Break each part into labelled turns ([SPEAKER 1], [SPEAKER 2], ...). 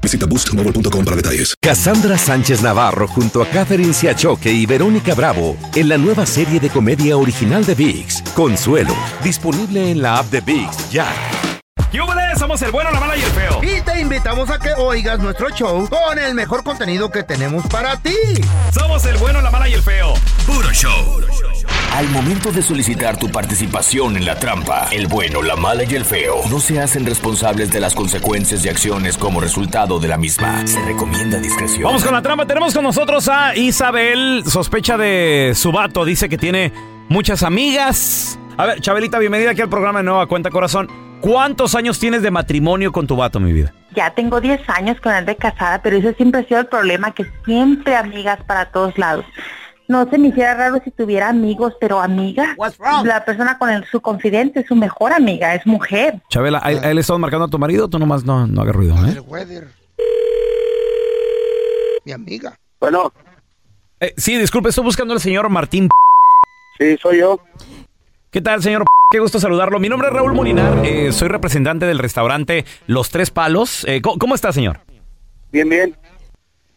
[SPEAKER 1] Visita boostmobile.com para detalles.
[SPEAKER 2] Cassandra Sánchez Navarro junto a Catherine Siachoque y Verónica Bravo en la nueva serie de comedia original de VIX, Consuelo, disponible en la app de VIX ya.
[SPEAKER 3] ¡Yúbales! Somos el bueno, la mala y el feo.
[SPEAKER 4] Y te invitamos a que oigas nuestro show con el mejor contenido que tenemos para ti.
[SPEAKER 3] Somos el bueno, la mala y el feo.
[SPEAKER 5] Puro show. Al momento de solicitar tu participación en la trampa, el bueno, la mala y el feo no se hacen responsables de las consecuencias y acciones como resultado de la misma. Se recomienda discreción.
[SPEAKER 3] Vamos con la trampa. Tenemos con nosotros a Isabel. Sospecha de su vato. Dice que tiene muchas amigas. A ver, Chabelita, bienvenida aquí al programa de Nueva Cuenta Corazón. ¿Cuántos años tienes de matrimonio con tu vato, mi vida?
[SPEAKER 6] Ya tengo 10 años con él de casada, pero ese siempre ha sido el problema, que siempre amigas para todos lados. No se me hiciera raro si tuviera amigos, pero amiga, la persona con el, su confidente, su mejor amiga, es mujer.
[SPEAKER 3] Chabela, ¿a, a él le estamos marcando a tu marido? Tú nomás no, no hagas ruido, ¿eh?
[SPEAKER 4] Mi amiga.
[SPEAKER 7] Bueno,
[SPEAKER 3] Eh, Sí, disculpe, estoy buscando al señor Martín. P.
[SPEAKER 7] sí, soy yo.
[SPEAKER 3] ¿Qué tal, señor? P? Qué gusto saludarlo. Mi nombre es Raúl Molinar. eh, soy representante del restaurante Los Tres Palos. Eh, ¿cómo, cómo está, señor?
[SPEAKER 7] Bien, bien.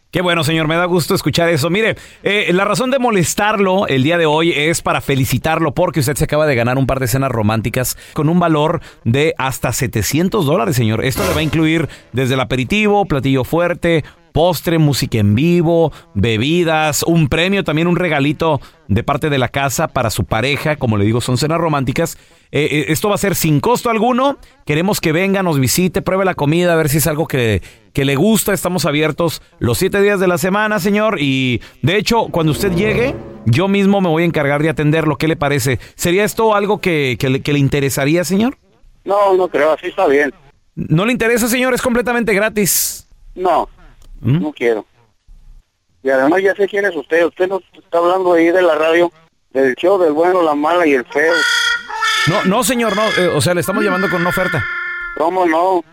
[SPEAKER 3] Qué bueno, señor, me da gusto escuchar eso. Mire, eh, la razón de molestarlo el día de hoy es para felicitarlo porque usted se acaba de ganar un par de cenas románticas con un valor de hasta 700 dólares, señor. Esto le va a incluir desde el aperitivo, platillo fuerte, postre, música en vivo, bebidas, un premio, también un regalito de parte de la casa para su pareja. Como le digo, son cenas románticas. Eh, eh, esto va a ser sin costo alguno. Queremos que venga, nos visite, pruebe la comida, a ver si es algo que, que le gusta. Estamos abiertos los siete días de la semana, señor. Y de hecho, cuando usted llegue, yo mismo me voy a encargar de atenderlo. ¿Qué le parece? ¿Sería esto algo que, que le- que le interesaría, señor?
[SPEAKER 7] No, no creo, así está bien.
[SPEAKER 3] ¿No le interesa, señor? Es completamente gratis.
[SPEAKER 7] No,
[SPEAKER 3] ¿Mm?
[SPEAKER 7] no quiero. Y además ya sé quién es usted. Usted nos está hablando ahí de la radio, del show del bueno, la mala y el feo.
[SPEAKER 3] No, no, señor, no. Eh, o sea, le estamos llamando con una oferta.
[SPEAKER 7] ¿Cómo no?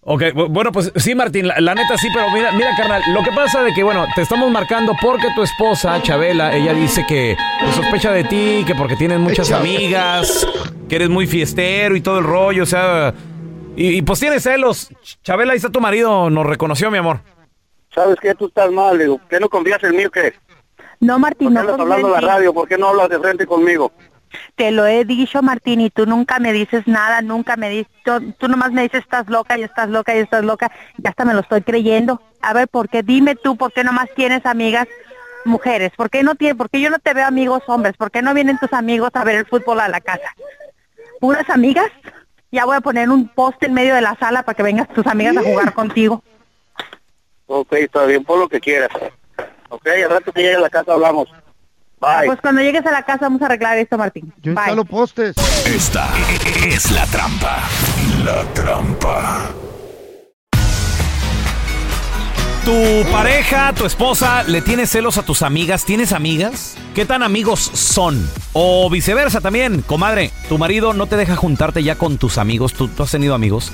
[SPEAKER 3] Ok, bu- bueno, pues sí, Martín, la, la neta sí, pero mira, mira, carnal, lo que pasa de que, bueno, te estamos marcando porque tu esposa, Chabela, ella dice que pues, sospecha de ti, que porque tienes muchas
[SPEAKER 4] Chabela.
[SPEAKER 3] amigas, que eres muy fiestero y todo el rollo, o sea, y, y, pues tienes celos. Ch- Chabela, ahí está tu marido, nos reconoció, mi amor.
[SPEAKER 7] ¿Sabes qué? Tú estás mal. Le Digo, ¿qué no confías en mí o qué?
[SPEAKER 6] No,
[SPEAKER 7] ¿Por
[SPEAKER 6] Martín,
[SPEAKER 7] qué
[SPEAKER 6] no
[SPEAKER 7] andas
[SPEAKER 6] confío
[SPEAKER 7] hablando
[SPEAKER 6] en
[SPEAKER 7] de la
[SPEAKER 6] ti.
[SPEAKER 7] radio? ¿Por qué no hablas de frente conmigo?
[SPEAKER 6] Te lo he dicho, Martín, y tú nunca me dices nada, nunca me dices, tú, tú nomás me dices, estás loca, y estás loca, y estás loca, ya hasta me lo estoy creyendo. A ver, ¿por qué? Dime tú, ¿por qué nomás tienes amigas mujeres? ¿Por qué no tienes, por qué yo no te veo amigos hombres? ¿Por qué no vienen tus amigos a ver el fútbol a la casa? ¿Puras amigas? Ya voy a poner un poste en medio de la sala para que vengas tus amigas a jugar contigo.
[SPEAKER 7] Ok, está bien, pon lo que quieras. Ok, al rato que llegue a la casa hablamos. Bye.
[SPEAKER 6] Pues cuando llegues a la casa vamos a arreglar esto, Martín.
[SPEAKER 4] Yo
[SPEAKER 6] Bye.
[SPEAKER 4] instalo postes.
[SPEAKER 5] Esta es la trampa. La trampa.
[SPEAKER 3] Tu pareja, tu esposa, le tiene celos a tus amigas, ¿tienes amigas? ¿Qué tan amigos son? O viceversa también, comadre, tu marido no te deja juntarte ya con tus amigos, tú, tú has tenido amigos.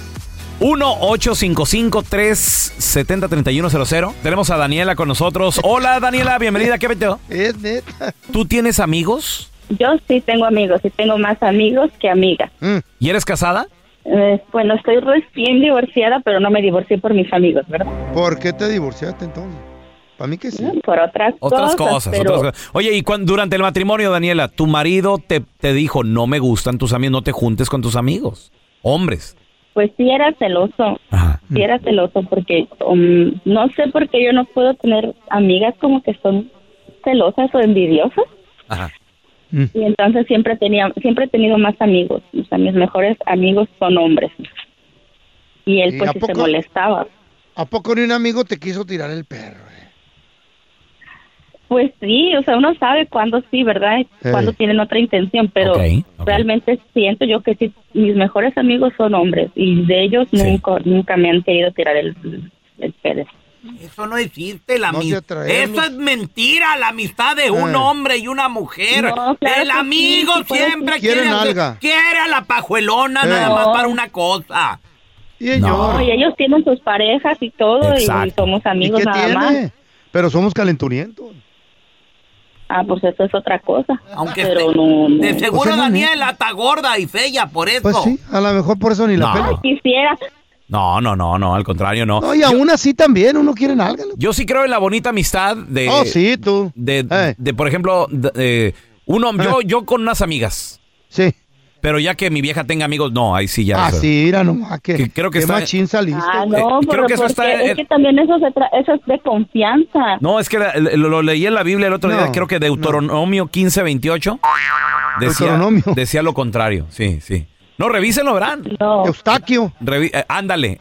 [SPEAKER 3] 1-855-370-3100. Tenemos a Daniela con nosotros. Hola Daniela, bienvenida, ¿qué peteo?
[SPEAKER 4] Es neta.
[SPEAKER 3] ¿Tú tienes amigos?
[SPEAKER 8] Yo sí tengo amigos y tengo más amigos que amigas.
[SPEAKER 4] Mm.
[SPEAKER 3] ¿Y eres casada?
[SPEAKER 8] Eh, bueno, estoy recién divorciada, pero no me divorcié por mis amigos, ¿verdad?
[SPEAKER 4] ¿Por qué te divorciaste entonces? Para mí que sí.
[SPEAKER 8] Por otras,
[SPEAKER 3] Otras
[SPEAKER 8] cosas.
[SPEAKER 3] cosas,
[SPEAKER 8] pero
[SPEAKER 3] otras cosas. Oye, y cuan- durante el matrimonio, Daniela, tu marido te, te dijo, no me gustan tus amigos, no te juntes con tus amigos, hombres.
[SPEAKER 8] Pues sí era celoso, sí era
[SPEAKER 3] Mm.
[SPEAKER 8] celoso porque um, no sé por qué yo no puedo tener amigas como que son celosas o envidiosas.
[SPEAKER 3] Ajá. Mm.
[SPEAKER 8] Y entonces siempre tenía, siempre he tenido más amigos. O sea, mis mejores amigos son hombres. Y él
[SPEAKER 4] ¿Y
[SPEAKER 8] pues
[SPEAKER 4] a
[SPEAKER 8] sí se
[SPEAKER 4] poco?
[SPEAKER 8] molestaba.
[SPEAKER 4] ¿A poco ni un amigo te quiso tirar el perro? eh?
[SPEAKER 8] Pues sí, o sea, uno sabe cuándo sí, ¿verdad?
[SPEAKER 4] Sí.
[SPEAKER 8] Cuándo tienen otra intención, pero
[SPEAKER 3] Ok, ok.
[SPEAKER 8] realmente siento yo que sí, mis mejores amigos son hombres y de ellos
[SPEAKER 3] Sí.
[SPEAKER 8] nunca, nunca me han querido tirar el, el pedo.
[SPEAKER 9] Eso no existe, la
[SPEAKER 4] No
[SPEAKER 9] ami-
[SPEAKER 4] se atraemos.
[SPEAKER 9] Eso es mentira, la amistad de un
[SPEAKER 4] Eh.
[SPEAKER 9] hombre y una mujer.
[SPEAKER 8] No, claro
[SPEAKER 9] el
[SPEAKER 8] que sí,
[SPEAKER 9] amigo
[SPEAKER 8] sí puede
[SPEAKER 9] siempre
[SPEAKER 4] ser. Quieren
[SPEAKER 9] quiere,
[SPEAKER 4] alga.
[SPEAKER 9] quiere a la pajuelona
[SPEAKER 4] Eh.
[SPEAKER 9] nada más
[SPEAKER 8] No.
[SPEAKER 9] para una cosa.
[SPEAKER 4] Y señor.
[SPEAKER 8] No, y ellos tienen sus parejas y todo y
[SPEAKER 3] Exacto.
[SPEAKER 8] somos
[SPEAKER 4] ¿Y
[SPEAKER 8] amigos
[SPEAKER 4] qué
[SPEAKER 8] nada
[SPEAKER 4] tiene?
[SPEAKER 8] más.
[SPEAKER 4] Pero somos calenturientos.
[SPEAKER 8] Ah, pues eso es otra cosa.
[SPEAKER 9] Aunque
[SPEAKER 8] pero
[SPEAKER 9] esté-
[SPEAKER 8] no, no.
[SPEAKER 9] De seguro
[SPEAKER 4] Pues es
[SPEAKER 9] Daniela está gorda y fea por eso.
[SPEAKER 4] Pues sí, a lo mejor por eso ni la
[SPEAKER 3] No.
[SPEAKER 4] pela.
[SPEAKER 8] Ay, quisiera.
[SPEAKER 3] No, no, no, no, al contrario, no.
[SPEAKER 4] No, y aún así también uno quiere nalga.
[SPEAKER 3] Yo sí creo en la bonita amistad de.
[SPEAKER 4] oh, sí, tú.
[SPEAKER 3] De,
[SPEAKER 4] Eh,
[SPEAKER 3] de, por ejemplo, de- eh, uno, yo, yo con unas amigas.
[SPEAKER 4] sí.
[SPEAKER 3] Pero ya que mi vieja tenga amigos, no, ahí sí ya.
[SPEAKER 4] Ah,
[SPEAKER 3] eso-
[SPEAKER 4] sí, mira nomás que,
[SPEAKER 3] Que creo que
[SPEAKER 4] qué
[SPEAKER 3] está-
[SPEAKER 4] machín saliste.
[SPEAKER 9] Eh,
[SPEAKER 8] Ah,
[SPEAKER 4] güey.
[SPEAKER 8] no,
[SPEAKER 3] creo
[SPEAKER 8] pero
[SPEAKER 3] que eso
[SPEAKER 8] porque
[SPEAKER 3] está-
[SPEAKER 8] es que también eso, se tra- eso es de confianza.
[SPEAKER 3] No, es que la- lo, lo leí en la Biblia el otro
[SPEAKER 4] No,
[SPEAKER 3] día, creo que Deuteronomio 15, 28. Decía,
[SPEAKER 4] Deuteronomio.
[SPEAKER 3] decía lo contrario, sí, sí. No, revísenlo, verán.
[SPEAKER 8] No.
[SPEAKER 4] Eustaquio,
[SPEAKER 3] Revi- eh, ándale.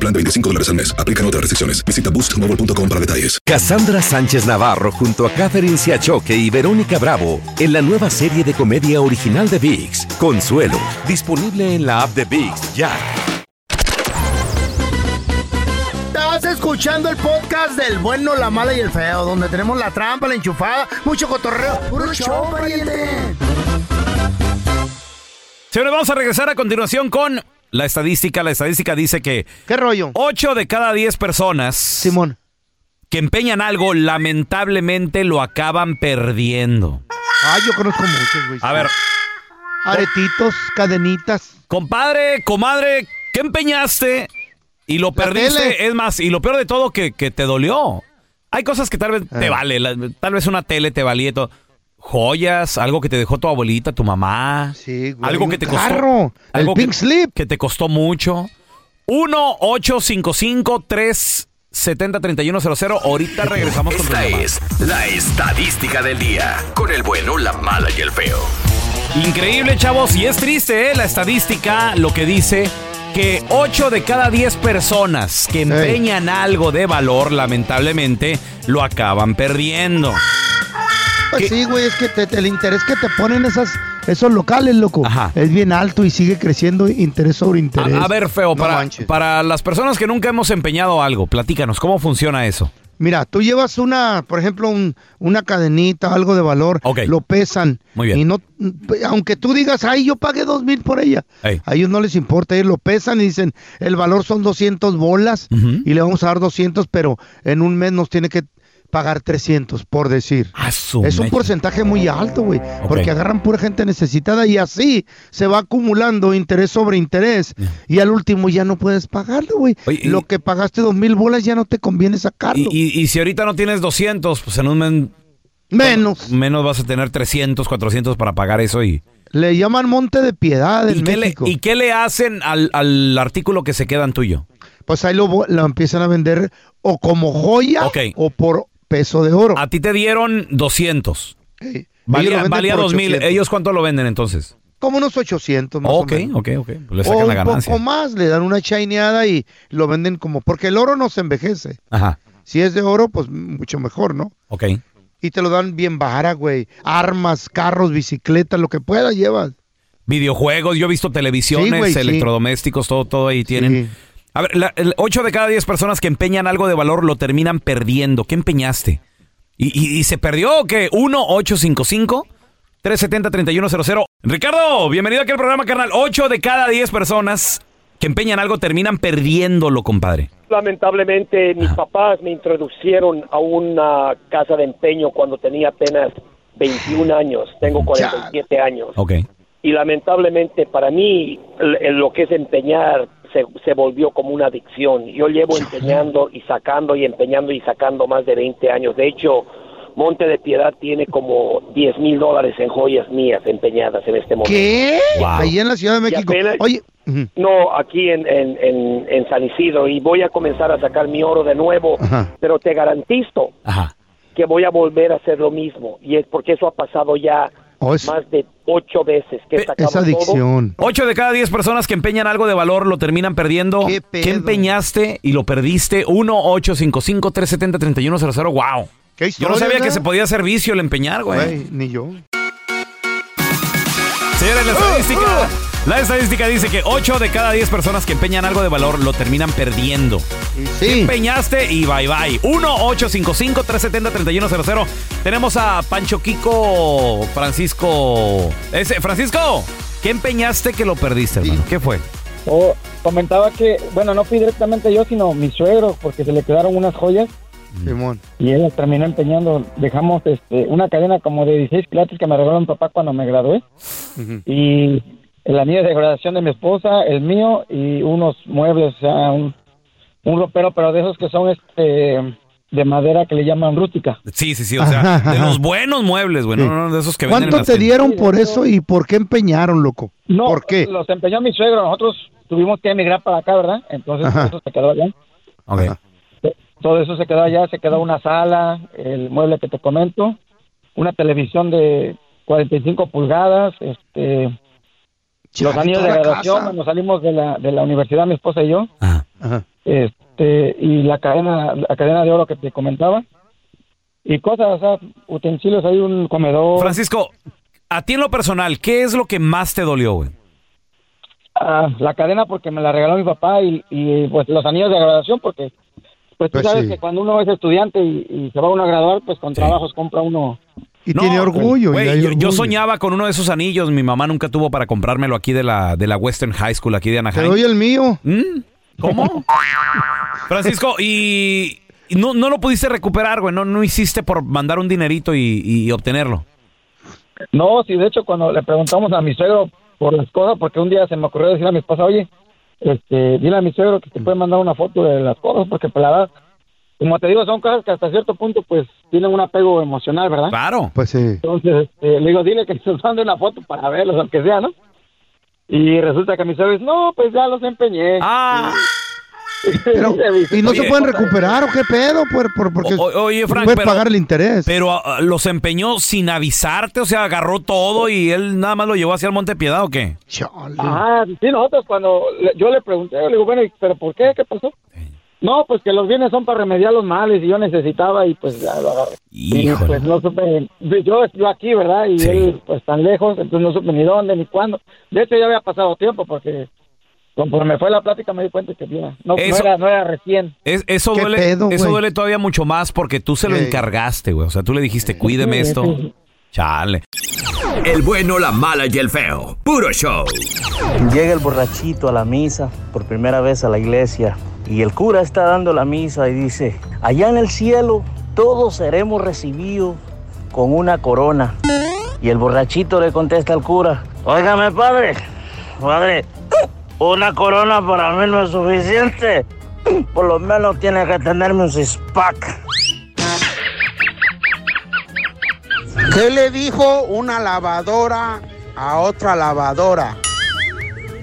[SPEAKER 1] plan de 25 dólares al mes. Aplican otras restricciones. Visita boostmobile.com para detalles.
[SPEAKER 2] Cassandra Sánchez Navarro junto a Catherine Siachoque y Verónica Bravo en la nueva serie de comedia original de VIX, Consuelo, disponible en la app de VIX ya.
[SPEAKER 4] Estás escuchando el podcast del bueno, la mala y el feo, donde tenemos la trampa, la enchufada, mucho cotorreo. ¡Puro show,
[SPEAKER 3] Señores, vamos a regresar a continuación con la estadística. La estadística dice que
[SPEAKER 4] ¿Qué rollo?
[SPEAKER 3] 8 de cada 10 personas
[SPEAKER 4] Simón.
[SPEAKER 3] que empeñan algo lamentablemente lo acaban perdiendo.
[SPEAKER 4] Ah, yo conozco muchos, güey.
[SPEAKER 3] A ver,
[SPEAKER 4] Aretitos, cadenitas.
[SPEAKER 3] compadre, comadre, ¿qué empeñaste y lo
[SPEAKER 4] La
[SPEAKER 3] perdiste?
[SPEAKER 4] tele.
[SPEAKER 3] Es más, y lo peor de todo, que, que te dolió. Hay cosas que tal vez te
[SPEAKER 4] Ah.
[SPEAKER 3] vale, la- tal vez una tele te valía y todo. Joyas, algo que te dejó tu abuelita, tu mamá.
[SPEAKER 4] Sí, güey.
[SPEAKER 3] Algo
[SPEAKER 4] Un
[SPEAKER 3] que te
[SPEAKER 4] carro,
[SPEAKER 3] costó.
[SPEAKER 4] el
[SPEAKER 3] algo que-
[SPEAKER 4] pink slip.
[SPEAKER 3] Que te costó mucho. 1-855-370-3100. Ahorita regresamos con tu
[SPEAKER 5] Esta
[SPEAKER 3] llamada.
[SPEAKER 5] es la estadística del día. Con el bueno, la mala y el feo.
[SPEAKER 3] Increíble, chavos. Y es triste, ¿eh? La estadística lo que dice que 8 de cada 10 personas que empeñan algo de valor, lamentablemente, lo acaban perdiendo.
[SPEAKER 4] Pues
[SPEAKER 3] ¿Qué?
[SPEAKER 4] sí, güey, es que te- te- el interés que te ponen esas, esos locales, loco,
[SPEAKER 3] Ajá.
[SPEAKER 4] es bien alto y sigue creciendo interés sobre interés.
[SPEAKER 3] A, a ver, Feo,
[SPEAKER 4] No
[SPEAKER 3] para,
[SPEAKER 4] manches.
[SPEAKER 3] para las personas que nunca hemos empeñado algo, platícanos, ¿cómo funciona eso?
[SPEAKER 4] Mira, tú llevas una, por ejemplo, un- una cadenita, algo de valor,
[SPEAKER 3] Ok.
[SPEAKER 4] lo pesan.
[SPEAKER 3] Muy bien.
[SPEAKER 4] Y no, aunque tú digas, ay, yo pagué dos mil por ella,
[SPEAKER 3] Ey.
[SPEAKER 4] a ellos no les importa, ellos lo pesan y dicen, el valor son 200 bolas
[SPEAKER 3] Ujú.
[SPEAKER 4] y le vamos a dar 200, pero en un mes nos tiene que pagar 300, por decir.
[SPEAKER 3] A su
[SPEAKER 4] Es un
[SPEAKER 3] mecha.
[SPEAKER 4] porcentaje muy alto, güey, porque agarran pura gente necesitada y así se va acumulando interés sobre interés y al último ya no puedes pagarlo, güey.
[SPEAKER 3] Oye, y-
[SPEAKER 4] Lo que pagaste dos mil bolas ya no te conviene sacarlo.
[SPEAKER 3] Y, y- y si ahorita no tienes 200, pues en un men-
[SPEAKER 4] Menos.
[SPEAKER 3] menos vas a tener 300, 400 para pagar eso. ¿Y,
[SPEAKER 4] Le llaman Monte de Piedad en
[SPEAKER 3] ¿y, qué, le,
[SPEAKER 4] Ah, México.
[SPEAKER 3] y qué le hacen al, al artículo que se quedan tuyo?
[SPEAKER 4] Pues ahí lo, vo- lo empiezan a vender o como joya
[SPEAKER 3] Ok.
[SPEAKER 4] o por peso de oro.
[SPEAKER 3] A ti te dieron 200.
[SPEAKER 4] Ok. Ellos lo
[SPEAKER 3] Valía,
[SPEAKER 4] venden
[SPEAKER 3] valía
[SPEAKER 4] por
[SPEAKER 3] 2000.
[SPEAKER 4] 800.
[SPEAKER 3] ¿Ellos cuánto lo venden entonces?
[SPEAKER 4] como unos 800 más
[SPEAKER 3] Ok,
[SPEAKER 4] o menos.
[SPEAKER 3] ok, ok. Pues le
[SPEAKER 4] o
[SPEAKER 3] sacan
[SPEAKER 4] un
[SPEAKER 3] la ganancia.
[SPEAKER 4] poco más, le dan una chaineada y lo venden como... Porque el oro no se envejece.
[SPEAKER 3] Ajá.
[SPEAKER 4] Si es de oro, pues mucho mejor, ¿no?
[SPEAKER 3] Ok.
[SPEAKER 4] Y te lo dan bien bajara, güey. Armas, carros, bicicletas, lo que pueda llevas.
[SPEAKER 3] Videojuegos, yo he visto televisiones,
[SPEAKER 4] Sí, güey, sí.
[SPEAKER 3] electrodomésticos, todo, todo ahí tienen. A ver, la, 8 de cada 10 personas que empeñan algo de valor lo terminan perdiendo. ¿Qué empeñaste? ¿Y, y- y se perdió o qué? 1-855-370-3100. Ricardo, bienvenido aquí al programa, carnal. 8 de cada 10 personas que empeñan algo terminan perdiéndolo, compadre.
[SPEAKER 10] Lamentablemente, mis papás me introducieron a una casa de empeño cuando tenía apenas 21 años. Tengo 47 años.
[SPEAKER 3] Ok.
[SPEAKER 10] Y lamentablemente para mí l- lo que es empeñar se, se volvió como una adicción. Yo llevo empeñando y sacando y empeñando y sacando más de 20 años. De hecho, Monte de Piedad tiene como 10 mil dólares en joyas mías empeñadas en este momento.
[SPEAKER 4] ¿Qué? Ahí en la Ciudad de México. Oye,
[SPEAKER 10] No, aquí en, en, en, en San Isidro y voy a comenzar a sacar mi oro de nuevo,
[SPEAKER 4] Ajá.
[SPEAKER 10] pero te garantizo
[SPEAKER 3] Ajá.
[SPEAKER 10] que voy a volver a hacer lo mismo y es porque eso ha pasado ya
[SPEAKER 4] Oh, es-
[SPEAKER 10] más de ocho veces que he sacado todo.
[SPEAKER 3] 8 Mm. de cada 10 personas que empeñan algo de valor lo terminan perdiendo. ¿Qué, empeñaste y lo perdiste? 1-855-370-3100. ¡Wow! Yo no sabía
[SPEAKER 4] ¿verdad?
[SPEAKER 3] que se podía hacer vicio el empeñar, güey.
[SPEAKER 4] güey, ni yo.
[SPEAKER 3] Señores, la estadística, la estadística dice que 8 de cada 10 personas que empeñan algo de valor lo terminan perdiendo. ¿Qué empeñaste? Y bye bye. 1-855-370-3100. Tenemos a Pancho Kiko Francisco. Ese, Francisco, ¿qué empeñaste que lo perdiste, hermano? ¿Qué fue?
[SPEAKER 11] Oh, comentaba que, bueno, no fui directamente yo, sino mi suegro, porque se le quedaron unas joyas
[SPEAKER 4] Simón.
[SPEAKER 11] y él las terminó empeñando. Dejamos este, una cadena como de 16 platos que me regaló mi papá cuando me gradué. Y el anillo de graduación de mi esposa, el mío y unos muebles, o sea, un, un ropero, pero de esos que son este de madera que le llaman rústica.
[SPEAKER 3] Sí, sí, sí. O sea,
[SPEAKER 4] Ajá,
[SPEAKER 3] de
[SPEAKER 4] ajá.
[SPEAKER 3] los buenos muebles, güey. No, no, de esos que venden. en
[SPEAKER 4] ¿Cuánto
[SPEAKER 3] las
[SPEAKER 4] te
[SPEAKER 3] tiendas.
[SPEAKER 4] dieron por eso y por qué empeñaron, loco?
[SPEAKER 11] No,
[SPEAKER 4] ¿Por qué?
[SPEAKER 11] los empeñó mi suegro. Nosotros tuvimos que emigrar para acá, ¿verdad? Entonces,
[SPEAKER 4] Ajá.
[SPEAKER 11] eso se quedó allá. Todo eso se quedó allá, se quedó una sala, el mueble que te comento, una televisión de 45 pulgadas, este, los anillos de
[SPEAKER 12] toda la
[SPEAKER 11] graduación
[SPEAKER 12] casa.
[SPEAKER 11] cuando salimos de la, de la universidad, mi esposa y yo, este, y la cadena, la cadena de oro que te comentaba, y cosas, o sea, utensilios, hay un comedor.
[SPEAKER 3] Francisco, a ti en lo personal, ¿qué es lo que más te dolió, güey?
[SPEAKER 11] Ah, la cadena porque me la regaló mi papá y, y, pues los anillos de graduación porque pues tú
[SPEAKER 3] Pues
[SPEAKER 11] sabes
[SPEAKER 3] sí.
[SPEAKER 11] que cuando uno es estudiante y, y se va uno a graduar pues con trabajos compra uno
[SPEAKER 4] Y
[SPEAKER 11] tiene orgullo,
[SPEAKER 3] güey,
[SPEAKER 11] y hay
[SPEAKER 3] yo, yo
[SPEAKER 11] orgullo.
[SPEAKER 3] soñaba con uno de esos anillos. Mi mamá nunca tuvo para comprármelo aquí de la, de la Western High School, aquí de
[SPEAKER 4] Te
[SPEAKER 3] Anaheim. ¿Mm?
[SPEAKER 4] doy el mío.
[SPEAKER 3] ¿Cómo? Francisco, y, y no, no lo pudiste recuperar, güey. No, no hiciste por mandar un dinerito y, y obtenerlo.
[SPEAKER 11] no si de hecho cuando le preguntamos a mi suegro por las cosas porque un día se me ocurrió decir a mi esposa oye este dile a mi suegro que te puede mandar una foto de las cosas porque pues, la verdad como te digo son cosas que hasta cierto punto pues tienen un apego emocional verdad
[SPEAKER 3] Claro.
[SPEAKER 4] Pues sí.
[SPEAKER 11] Entonces, este, le digo, dile que nos mande una foto para verlos, aunque sea, ¿no? Y resulta que mi suegro dice, no, pues ya los empeñé.
[SPEAKER 3] ¡Ah!
[SPEAKER 4] Pero, ¿Y no
[SPEAKER 3] Oye.
[SPEAKER 4] se pueden recuperar o qué pedo? Por, por- porque
[SPEAKER 3] O- o- oye, Frank,
[SPEAKER 4] puedes
[SPEAKER 3] pero-
[SPEAKER 4] pagar el interés.
[SPEAKER 3] Pero ah, los empeñó sin avisarte, o sea, agarró todo y él nada más lo llevó hacia el Monte Piedad o qué?
[SPEAKER 11] Ah, sí, nosotros cuando le- yo le pregunté, le digo, bueno, ¿y- ¿pero por qué? ¿Qué pasó? No, pues que los bienes son para remediar los males y yo necesitaba y pues ya lo agarré. Y
[SPEAKER 3] Híjole.
[SPEAKER 11] pues no supe, yo, yo aquí, ¿verdad? Y él pues tan lejos, entonces no supe ni dónde ni cuándo. De hecho ya había pasado tiempo porque conforme fue la plática me di cuenta que mira, no, no
[SPEAKER 3] Eso-
[SPEAKER 11] era, no era recién.
[SPEAKER 3] Es- eso
[SPEAKER 11] ¿Qué
[SPEAKER 3] duele,
[SPEAKER 11] pedo,
[SPEAKER 3] eso
[SPEAKER 11] güey?
[SPEAKER 3] duele todavía mucho más porque tú se lo encargaste, güey. O sea, tú le dijiste, cuídeme
[SPEAKER 5] Sí,
[SPEAKER 3] esto.
[SPEAKER 5] sí.
[SPEAKER 3] Chale.
[SPEAKER 5] El bueno, la mala y el feo. Puro show.
[SPEAKER 13] Llega el borrachito a la misa por primera vez a la iglesia y el cura está dando la misa y dice, allá en el cielo todos seremos recibidos con una corona. Y el borrachito le contesta al cura, óigame padre, padre, una corona para mí no es suficiente, por lo menos tiene que tenerme un six-pack.
[SPEAKER 14] ¿Qué le dijo una lavadora a otra lavadora?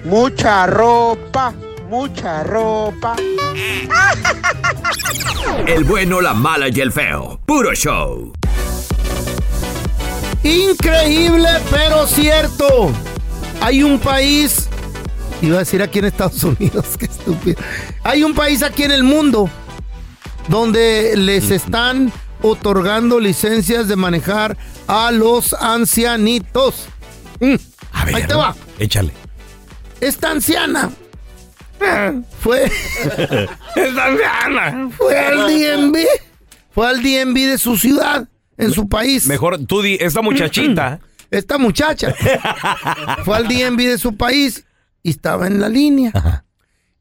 [SPEAKER 14] Mucha ropa, mucha ropa.
[SPEAKER 5] El bueno, la mala y el feo. Puro show.
[SPEAKER 4] Increíble, pero cierto. Hay un país, iba a decir aquí en Estados Unidos, qué estúpido. Hay un país aquí en el mundo donde les están otorgando licencias de manejar a los ancianitos. Mm. Ahí te va.
[SPEAKER 3] Échale.
[SPEAKER 4] Esta anciana eh, fue.
[SPEAKER 3] Esta anciana
[SPEAKER 4] fue al DMV. Fue al DMV de su ciudad, en su país.
[SPEAKER 3] Mejor tú di, esta muchachita.
[SPEAKER 4] Esta muchacha fue al DMV de su país y estaba en la línea.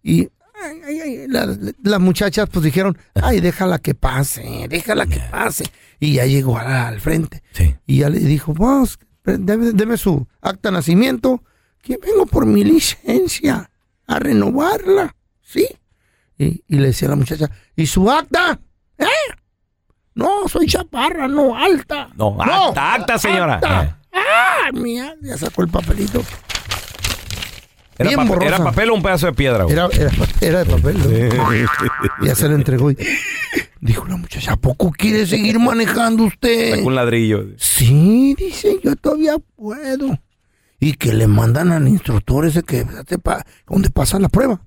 [SPEAKER 4] Y ay, ay, ay, la- las muchachas pues dijeron, ay, déjala que pase, déjala que pase. Y ya llegó al, al frente. Y ya le dijo, vamos, deme, deme su acta de nacimiento, que vengo por mi licencia a renovarla. ¿Sí? Y, y le decía a la muchacha, ¿y su acta? ¿Eh? No, soy chaparra, no, alta.
[SPEAKER 3] No, acta, acta, señora.
[SPEAKER 4] Acta. Ah, mía, ya sacó el papelito.
[SPEAKER 3] Era,
[SPEAKER 4] Bien
[SPEAKER 3] pa-
[SPEAKER 4] borrosa.
[SPEAKER 3] era papel o un pedazo de piedra, güey.
[SPEAKER 4] Era, era, era de papel. ¿no? ya se lo entregó. Y dijo la muchacha, ¿a poco quiere seguir manejando usted?
[SPEAKER 3] Sacó un ladrillo.
[SPEAKER 4] Sí, dice, yo todavía puedo. Y que le mandan al instructor ese que hace pa- donde pasa la prueba.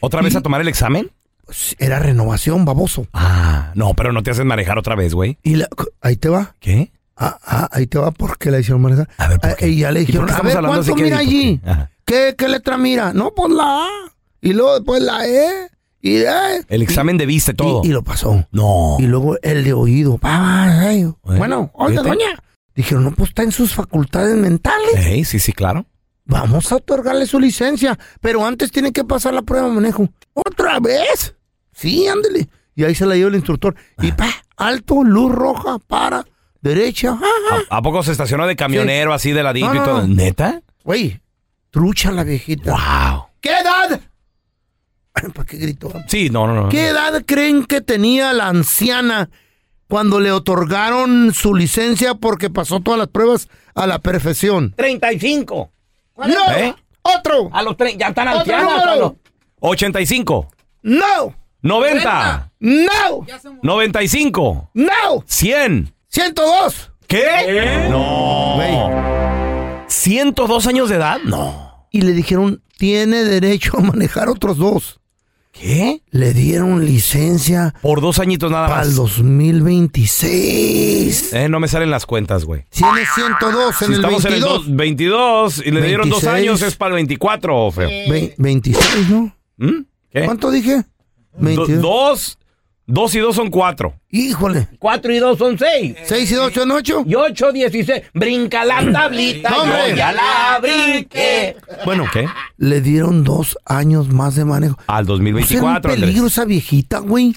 [SPEAKER 3] ¿Otra vez a tomar el examen?
[SPEAKER 4] Era renovación, baboso.
[SPEAKER 3] Ah, no, pero no te hacen manejar otra vez, güey.
[SPEAKER 4] Y la- ahí te va.
[SPEAKER 3] ¿Qué?
[SPEAKER 4] Ah, ah, ahí te va porque la hicieron manejar. A ver, Y ya le
[SPEAKER 3] ¿Y
[SPEAKER 4] dijeron,
[SPEAKER 3] por qué
[SPEAKER 4] Ah, eh, a
[SPEAKER 3] estamos
[SPEAKER 4] ver,
[SPEAKER 3] hablando así
[SPEAKER 4] ¿cuánto
[SPEAKER 3] que-
[SPEAKER 4] mira
[SPEAKER 3] por qué?
[SPEAKER 4] allí?
[SPEAKER 3] Ajá.
[SPEAKER 4] ¿Qué, ¿Qué letra mira? No, pues la A. Y luego después la E. Y la E.
[SPEAKER 3] El examen de vista y todo.
[SPEAKER 4] Y, y lo pasó.
[SPEAKER 3] No.
[SPEAKER 4] Y luego el de oído. Pa, pa, ay. Bueno, oiga,
[SPEAKER 3] fíjate.
[SPEAKER 4] doña. Dijeron, no, pues está en sus facultades mentales.
[SPEAKER 3] Ey, sí, sí, claro.
[SPEAKER 4] Vamos a otorgarle su licencia, pero antes tiene que pasar la prueba de manejo. ¿Otra vez? Sí, ándele. Y ahí se la dio el instructor. Y pa, alto, luz roja, para, derecha. ajá.
[SPEAKER 3] ¿A poco se estacionó de camionero así de ladito
[SPEAKER 4] No,
[SPEAKER 3] y
[SPEAKER 4] no,
[SPEAKER 3] todo?
[SPEAKER 4] no.
[SPEAKER 3] ¿Neta?
[SPEAKER 4] Güey, trucha la viejita.
[SPEAKER 3] ¡Wow!
[SPEAKER 4] ¿Qué edad? ¿Para qué gritó?
[SPEAKER 3] Sí, no, no, no.
[SPEAKER 4] ¿Qué edad creen que tenía la anciana cuando le otorgaron su licencia porque pasó todas las pruebas a la perfección?
[SPEAKER 15] 35.
[SPEAKER 4] ¡No! ¡Otro!
[SPEAKER 15] A los 30, ya están
[SPEAKER 4] ¡Otro
[SPEAKER 15] ancianos.
[SPEAKER 4] número!
[SPEAKER 15] a los-
[SPEAKER 3] 85.
[SPEAKER 4] ¡No!
[SPEAKER 3] 90.
[SPEAKER 4] ¡No!
[SPEAKER 3] 95.
[SPEAKER 4] ¡No!
[SPEAKER 3] 100.
[SPEAKER 4] 102.
[SPEAKER 3] ¿Qué? No. 102 años de edad. No.
[SPEAKER 4] Y le dijeron, tiene derecho a manejar otros dos.
[SPEAKER 3] ¿Qué?
[SPEAKER 4] Le dieron licencia
[SPEAKER 3] Por dos añitos nada
[SPEAKER 4] para
[SPEAKER 3] más.
[SPEAKER 4] el 2026.
[SPEAKER 3] Eh, no me salen las cuentas, güey.
[SPEAKER 4] Tiene 102 en el
[SPEAKER 3] si estamos
[SPEAKER 4] 22.
[SPEAKER 3] en el dos- 22 y le dieron dos
[SPEAKER 4] 26.
[SPEAKER 3] años, es para el 24, feo.
[SPEAKER 4] Ve- 26, ¿no?
[SPEAKER 3] ¿Mm? ¿Qué?
[SPEAKER 4] ¿Cuánto dije?
[SPEAKER 3] Do-
[SPEAKER 4] 22.
[SPEAKER 3] dos, dos y dos son cuatro.
[SPEAKER 4] Híjole.
[SPEAKER 15] 4 y 2 son 6.
[SPEAKER 4] 6 y 2 son 8.
[SPEAKER 3] Eh.
[SPEAKER 15] Y 8, 16. Brinca la tablita.
[SPEAKER 4] No, hombre.
[SPEAKER 15] yo ya la brinqué.
[SPEAKER 3] Bueno, ¿qué?
[SPEAKER 4] Le dieron dos años más de manejo.
[SPEAKER 3] Al
[SPEAKER 4] Pues era
[SPEAKER 3] 2024,
[SPEAKER 4] un
[SPEAKER 3] Andrés.
[SPEAKER 4] peligro esa viejita, güey.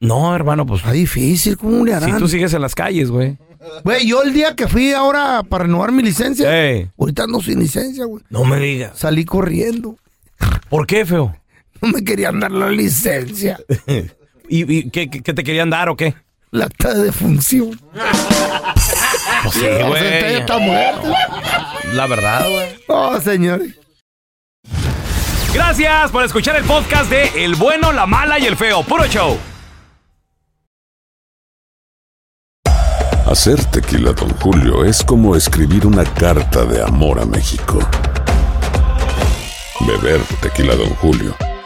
[SPEAKER 3] No, hermano, pues.
[SPEAKER 4] Está difícil, ¿cómo le
[SPEAKER 3] Si
[SPEAKER 4] harán?
[SPEAKER 3] tú sigues en las calles, güey.
[SPEAKER 4] Güey, yo el día que fui ahora para renovar mi licencia,
[SPEAKER 3] Ey,
[SPEAKER 4] ahorita ando sin licencia, güey.
[SPEAKER 3] no me digas.
[SPEAKER 4] Salí corriendo.
[SPEAKER 3] ¿Por qué, feo?
[SPEAKER 4] No me querían dar la licencia.
[SPEAKER 3] ¿Y, y qué, qué- qué te querían dar o qué?
[SPEAKER 4] La acta de función.
[SPEAKER 3] Pues sí,
[SPEAKER 4] O sea, usted ya
[SPEAKER 3] güey.
[SPEAKER 4] está muerto.
[SPEAKER 3] La verdad, güey.
[SPEAKER 4] Oh, señores.
[SPEAKER 3] Gracias por escuchar el podcast de El Bueno, la Mala y el Feo. Puro show.
[SPEAKER 1] Hacer tequila, Don Julio, es como escribir una carta de amor a México. Beber tequila, Don Julio,